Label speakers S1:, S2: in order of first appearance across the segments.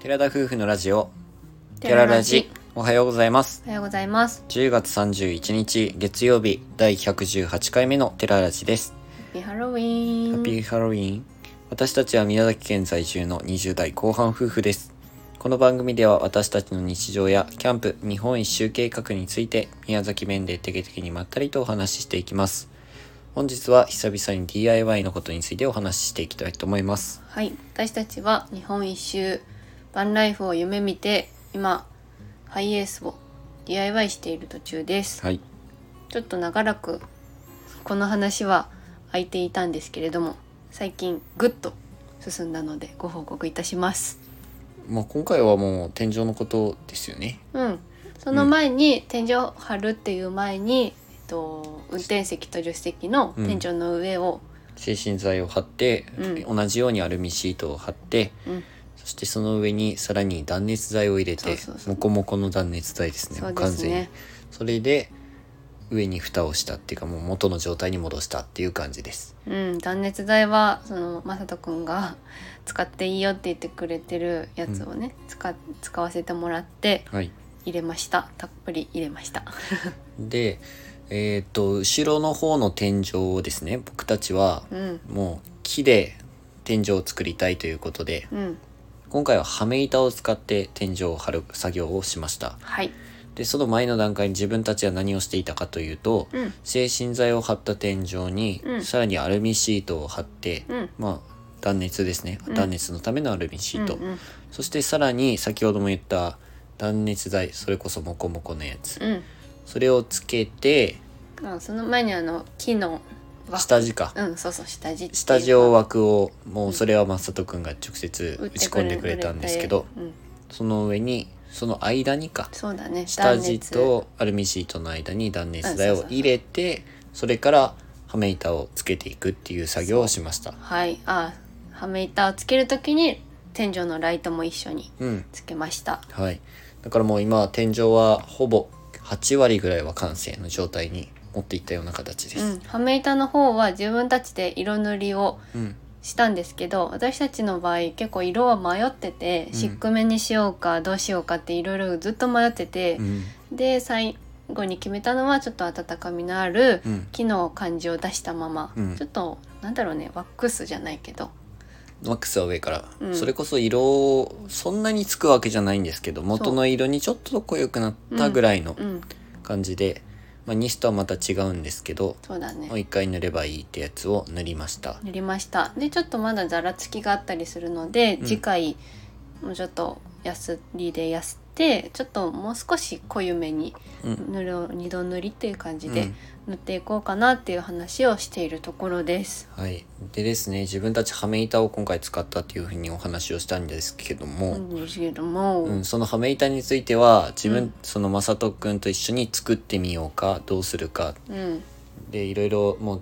S1: 寺田夫婦のラジオ寺ラジおはようございます
S2: おはようございます
S1: 10月31日月曜日第118回目の寺ラジです
S2: ハッピーハロウィ
S1: ハ
S2: ー
S1: ッ
S2: ン
S1: ピーハロウィン私たちは宮崎県在住の20代後半夫婦ですこの番組では私たちの日常やキャンプ日本一周計画について宮崎弁でテケテケにまったりとお話ししていきます本日は久々に DIY のことについてお話ししていきたいと思います
S2: はい私たちは日本一周バンライフを夢見て今ハイエースを DIY している途中です
S1: はい
S2: ちょっと長らくこの話は空いていたんですけれども最近ぐっと進んだのでご報告いたします
S1: まあ今回はもう天井のことですよね
S2: うんその前に、天井を張るっていう前に、えっと、運転席と助手席の天井の上を、
S1: 精神剤を貼って、
S2: う
S1: 同じようにアルミシートを貼って
S2: うん、
S1: そしてその上にさらに断熱材を入れて
S2: そうそうそう
S1: モコモコの断熱材ですね
S2: そうで
S1: 完
S2: す
S1: 全に
S2: ね
S1: それで上に蓋をしたっていうかもう元の状態に戻したっていう感じです
S2: うん、断熱材はそのまさとくんが 使っていいよって言ってくれてるやつをね、使使わせてもらって
S1: はい
S2: 入れましたたっぷり入れました
S1: でえーっと後ろの方の天井をですね僕たちは
S2: うん
S1: もう木で天井を作りたいということで
S2: うん
S1: 今回ははめ板を使って天井を張る作業をしました
S2: はい
S1: でその前の段階に自分たちは何をしていたかというと、
S2: うん
S1: 精神剤を貼った天井に、
S2: うん
S1: さらにアルミシートを貼って、
S2: うん
S1: まあ断熱ですね、
S2: うん
S1: 断熱のためのアルミシート、
S2: うんうん
S1: そしてさらに先ほども言った断熱材それこそモコモコのやつ、それをつけて
S2: うんあその前にあの木の枠
S1: 下地か、
S2: うんそうそう下地っていうか
S1: 下地を枠をもうそれはまさとくんが直接打ち込んでくれたんですけど、
S2: うん、
S1: その上にその間にか
S2: そうだね
S1: 下
S2: 断
S1: 地
S2: 熱
S1: とアルミシートの間に断熱材
S2: うんそ
S1: を
S2: うそうそう
S1: 入れてそれからはめ板をつけていくっていう作業をしました
S2: はいあはめ板をつけるときに天井のライトも一緒に
S1: うん
S2: つけました
S1: はいだからもう今天井はほぼ8割ぐらいは完成の状態に持っていったような形で
S2: うん
S1: す、
S2: はめ板の方は自分たちで色塗りを
S1: うん
S2: したんですけど私たちの場合結構色は迷ってて、
S1: ん
S2: シックめにしようかどうしようかっていろいろずっと迷ってて
S1: う、ん
S2: で最後に決めたのはちょっと温かみのある
S1: うん
S2: 木の感じを出したまま、
S1: うん
S2: ちょっとなんだろうねワックスじゃないけど
S1: ワックスは上から、
S2: うん
S1: それこそ色をそんなにつくわけじゃないんですけど元の色にちょっと濃ゆくなったぐらいの
S2: うん
S1: 感じで、まあ、ニスとはまた違うんですけど
S2: そうだね
S1: もう一回塗ればいいってやつを塗りました
S2: 塗りましたでちょっとまだざらつきがあったりするので、
S1: うん
S2: 次回もうちょっとやすりでやすってちょっともう少し濃ゆめに
S1: うん
S2: 塗る二度塗りっていう感じ
S1: う
S2: で
S1: ん
S2: 塗っていこうかなっていう話をしているところです。
S1: はい、でですね自分たちはめ板を今回使ったっていうふうにお話をしたんですけど
S2: う
S1: も、
S2: ん、ですけども、
S1: うんそのはめ板については自分、
S2: うん
S1: そのまさとくんと一緒に作ってみようかどうするか
S2: うん、
S1: でいろいろもう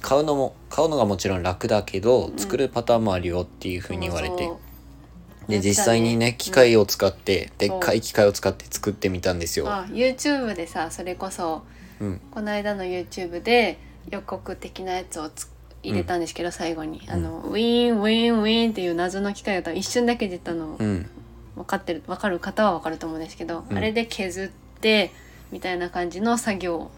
S1: 買うのも買うのがもちろん楽だけど、
S2: うん
S1: 作るパターンもあるよっていうふうに言われて
S2: そう
S1: で
S2: やってたね
S1: 実際にね機械を使って、でっかい機械を使って作ってみたんですよ。
S2: あ YouTube でさそれこそ
S1: うん
S2: この間の YouTube で予告的なやつをつ入れたんですけど、最後にあの、ウィーンウィーンウィーンっていう謎の機械が一瞬だけ出たの
S1: うん
S2: 分かってる分かる方は分かると思うんですけど、
S1: うん
S2: あれで削ってみたいな感じの作業を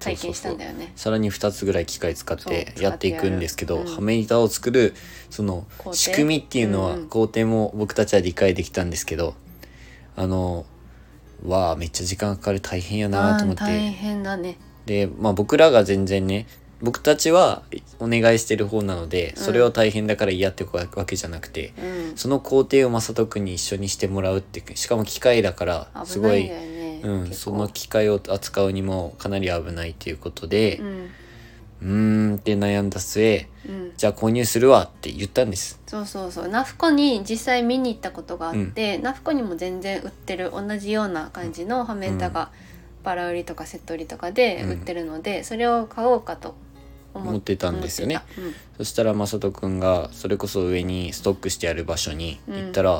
S2: 体験したんだよね。
S1: さらに2つぐらい機械使って
S2: そう
S1: やっていくんですけど、
S2: 使ってやるうん
S1: はめ板を作るその
S2: 工程
S1: 仕組みっていうのは
S2: うんうん
S1: 工程も僕たちは理解できたんですけど、あのわあめっちゃ時間かかる大変やなと思っ
S2: あー大
S1: て
S2: 変だね。
S1: で、まあ、僕らが全然ね僕たちはお願いしてる方なので
S2: うん
S1: それを大変だから嫌ってわけじゃなくて、
S2: うん、
S1: その工程を正人君に一緒にしてもらうってしかも機械だからす
S2: 危
S1: ご
S2: ない
S1: い
S2: んだよね。
S1: うん、
S2: 結
S1: そ
S2: 構
S1: の機械を扱うにもかなり危ないということで。
S2: うん
S1: うーんって悩んだ末、
S2: うん、
S1: じゃあ購入するわって言ったんです。
S2: そうそうそうナフコに実際見に行ったことがあって、ナフコにも全然売ってる同じような感じのはめ板がバラ売りとかセット売りとかで売ってるので、それを買おうかと思
S1: 思ってたんですよね
S2: 思ってたうん
S1: そしたら、まさとくんが、それこそ上にストックしてある場所に行ったら、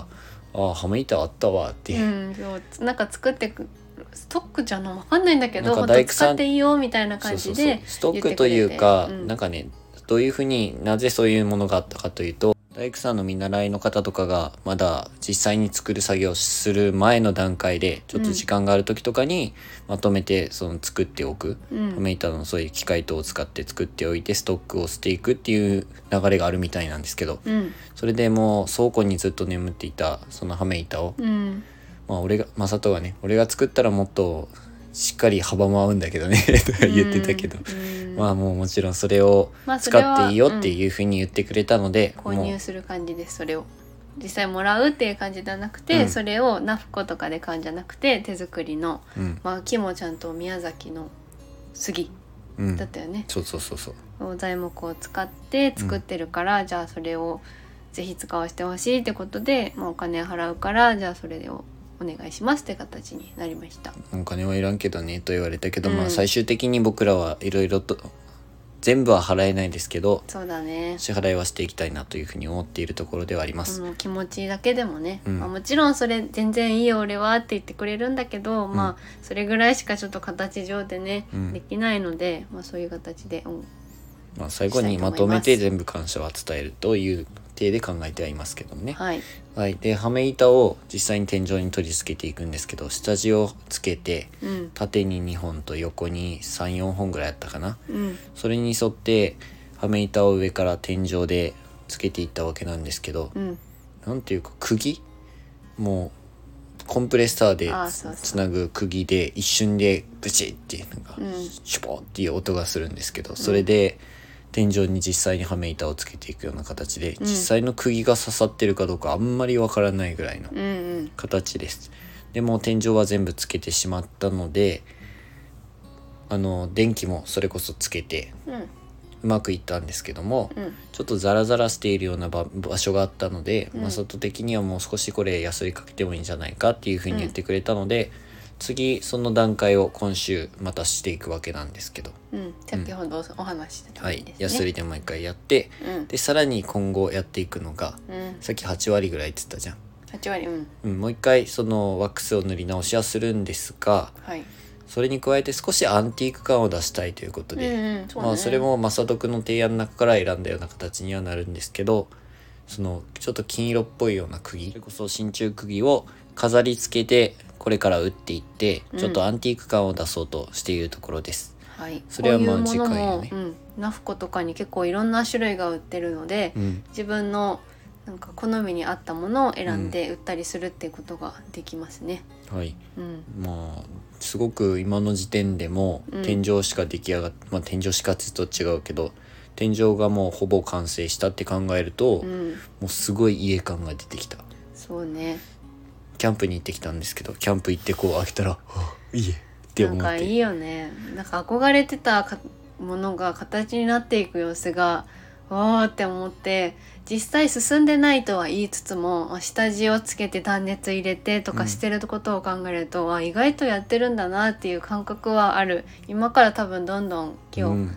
S1: ああ、ハム板あったわって。
S2: うん、そうなんか作ってくストックじゃのわかんないんだけど
S1: なんか
S2: ほん
S1: 大
S2: と
S1: 工さん
S2: 使っていいよみたいな
S1: そ
S2: 感
S1: うそ
S2: じ
S1: うそう
S2: で。
S1: ストックというか、
S2: 言ってくれてうん
S1: なんかね、どういうふうになぜそういうものがあったかというと、大工さんの見習いの方とかがまだ実際に作る作業をする前の段階でちょっと時間がある時とかにまとめてその作っておく、
S2: うん
S1: メーターのそういう機械等を使って作っておいてストックをしていくっていう流れがあるみたいなんですけど
S2: うん
S1: それでもう倉庫にずっと眠っていたそのハメ板を、
S2: うん
S1: まあ俺が正人はね俺が作ったらもっとしっかり幅も合うんだけどね とか言ってたけど、
S2: うん
S1: まあもうもちろんそれを
S2: まあそ
S1: 使
S2: れ
S1: っ
S2: は
S1: ていいよっていうふうに言ってくれたので、
S2: 購
S1: もう
S2: 入する感じですそれを実際もらうっていう感じではなくて、
S1: うん
S2: それをナフコとかで買うんじゃなくて手作りの、
S1: うん
S2: まあ、木もちゃんと宮崎の杉
S1: うん
S2: だったよね、
S1: そうそうそうそう
S2: 材木を使って作ってるから、じゃあそれをぜひ使わせてほしいってことで、まあ、お金払うからじゃあそれをお願いしますって形になりました。
S1: お金はいらんけどねと言われたけど、
S2: うん
S1: まあ最終的に僕らはいろいろと全部は払えないですけど
S2: そうだね
S1: 支払いはしていきたいなというふうに思っているところではあります
S2: そ。の気持ちだけでもね、
S1: うん
S2: まあ、もちろんそれ全然いいよ俺はって言ってくれるんだけど、まあそれぐらいしかちょっと形上でね、
S1: うん
S2: できないので、まあ、そういう形で、うん
S1: まあ、最後にまとめて全部感謝は伝えるという体で考えてはいますけどもね。
S2: はい、
S1: はい、ではめ板を実際に天井に取り付けていくんですけど下地をつけて
S2: うん
S1: 縦に2本と横に34本ぐらいあったかな
S2: うん
S1: それに沿ってはめ板を上から天井でつけていったわけなんですけど、
S2: うん
S1: なんていうか釘もうコンプレッサーで
S2: あそうそう
S1: つなぐ釘で一瞬でブチってなんか
S2: うん
S1: シュポーっていう音がするんですけどそれで天井に実際にはめ板をつけていくような形で
S2: う
S1: 実
S2: ん
S1: 際の釘が刺さってるかどうかあんまりわからないぐらいの
S2: うんうん
S1: 形です。でもう天井は全部つけてしまったのであの電気もそれこそつけて
S2: うん
S1: うまくいったんですけども、
S2: うん
S1: ちょっとザラザラしているような場場所があったので、
S2: うん
S1: マサト的にはもう少しこれヤスリかけてもいいんじゃないかっていうふうに言ってくれたので、次その段階を今週またしていくわけなんですけど、
S2: うん先ほどお話ししてた
S1: は
S2: 通り
S1: い
S2: で
S1: ヤ
S2: す
S1: ス
S2: ね、
S1: リで毎回やって
S2: うん
S1: でさらに今後やっていくのが
S2: うん
S1: さっき8割ぐらいって言ったじゃん、
S2: 8割うん
S1: うん、もう一回そのワックスを塗り直しはするんですが
S2: はい
S1: それに加えて少しアンティーク感を出したいということで、
S2: うんうんそうね
S1: まあそれも正徳の提案の中から選んだような形にはなるんですけどそのちょっと金色っぽいような釘それこそ真鍮釘を飾り付けてこれから打っていって
S2: うん
S1: ちょっとアンティーク感を出そうとしているところです。
S2: はい
S1: それはまあ
S2: こういうものも
S1: 次回
S2: うん、ナフコとかに結構いろんな種類が売ってるので、
S1: うん
S2: 自分のなんか好みに合ったものを選んで売ったりするっていうことができますね。
S1: はい、
S2: うん、
S1: まあすごく今の時点でも
S2: うん
S1: 天井しか出来上がっ、まあ天井しかちょっと違うけど天井がもうほぼ完成したって考えると、
S2: う
S1: も
S2: ん、
S1: うすごい家感が出てきた。
S2: そうね。
S1: キャンプに行ってきたんですけどキャンプ行ってこう開けたら「はあ家」って
S2: な
S1: 思
S2: ん
S1: っ
S2: か
S1: て
S2: いいよね。なんか憧れてたかものが形になっていく様子が。わーって思って実際進んでないとは言いつつも下地をつけて断熱入れてと
S1: う
S2: か
S1: ん
S2: してることを考えると、あ意外とやってるんだなっていう感覚はある今から多分どんどん木を
S1: うん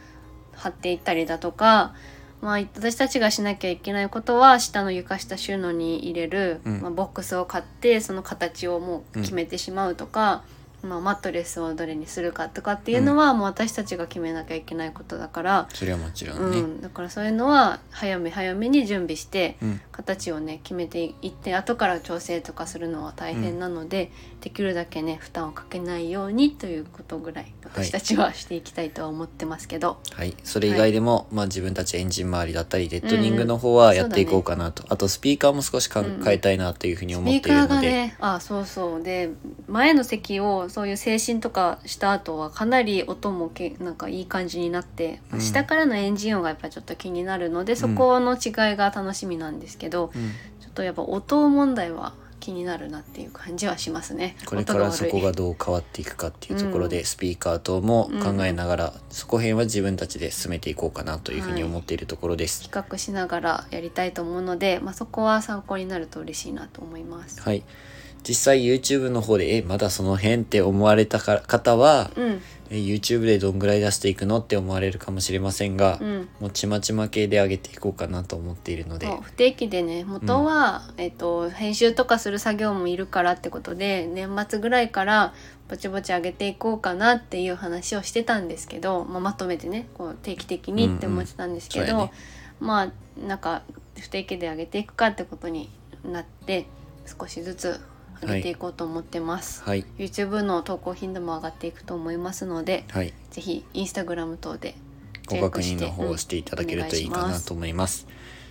S2: 貼っていったりだとか、まあ、私たちがしなきゃいけないことは下の床下収納に入れる、
S1: うん
S2: まあ、ボックスを買ってその形をもう決めてしまうとか、まあ、マットレスをどれにするかとかっていうのは、もう私たちが決めなきゃいけないことだから、
S1: それはもちろ
S2: うん
S1: ね、
S2: ん、だからそういうのは早め早めに準備して
S1: うん
S2: 形をね決めていって後から調整とかするのは大変なので、できるだけね負担をかけないようにということぐらい私たちはしていきたいとは思ってますけど。
S1: はい、それ以外でも、まあ、自分たちエンジン周りだったりデッドニングの方はやっていこうかなと、あとスピーカーも少しか
S2: うん
S1: 変えたいなというふうに
S2: ス
S1: 思
S2: ピ
S1: っ
S2: ー
S1: ている
S2: カ
S1: の
S2: ーが
S1: で、
S2: ねあそうそうで前の席をそういう制振とかした後はかなり音もけなんかいい感じになって、
S1: うん
S2: 下からのエンジン音がやっぱちょっと気になるのでそこの違いが楽しみなんですけど、
S1: うん
S2: ちょっとやっぱ音問題は気になるなっていう感じはしますね。
S1: これからそこ
S2: 音
S1: が
S2: 悪い
S1: どう変わっていくかっていうところで、
S2: う
S1: スピーカー等も考えながら、そこ辺は自分たちで進めていこうかなというふうに思っているところです。
S2: 比較しながらやりたいと思うので、まあ、そこは参考になると嬉しいなと思います。
S1: はい、実際 YouTube の方で「えまだその辺?」って思われたか方は、
S2: うん
S1: え YouTube でどんぐらい出していくのって思われるかもしれませんが、
S2: うん
S1: もうちまちま系で上げていこうかなと思っているので
S2: そう不定期でね元は、えっと編集とかする作業もいるからってことで年末ぐらいからぼちぼち上げていこうかなっていう話をしてたんですけど、まあ、まとめてねこう定期的にって思ってたんですけど、
S1: うんうんそうやね
S2: まあなんか不定期で上げていくかってことになって少しずつ上げていこうと思ってます、
S1: はい
S2: YouTube の投稿頻度も上がっていくと思いますので
S1: はい
S2: ぜひ Instagram 等で
S1: ご確認の方をしていただけるといいか
S2: お願
S1: ない
S2: します
S1: と思います。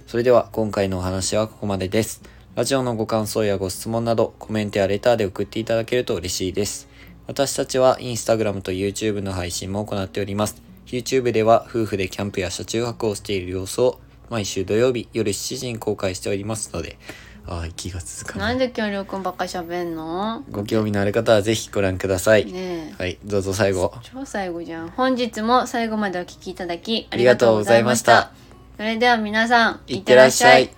S1: それでは今回のお話はここまでです。ラジオのご感想やご質問などコメントやレターで送っていただけると嬉しいです。私たちはインスタグラムと YouTube の配信も行っております。YouTube では夫婦でキャンプや車中泊をしている様子を毎週土曜日夜7時に公開しておりますので、ああ、息が続かな。
S2: ないんで今日りょうくんばっかり喋んの
S1: ご興味のある方はぜひご覧ください。
S2: ねえ
S1: はい、どうぞ最後。
S2: 超最後じゃん本日も最後までお聞きいただき
S1: ありがとうございました
S2: ありがとうございましたそれでは皆さん
S1: いってらっしゃい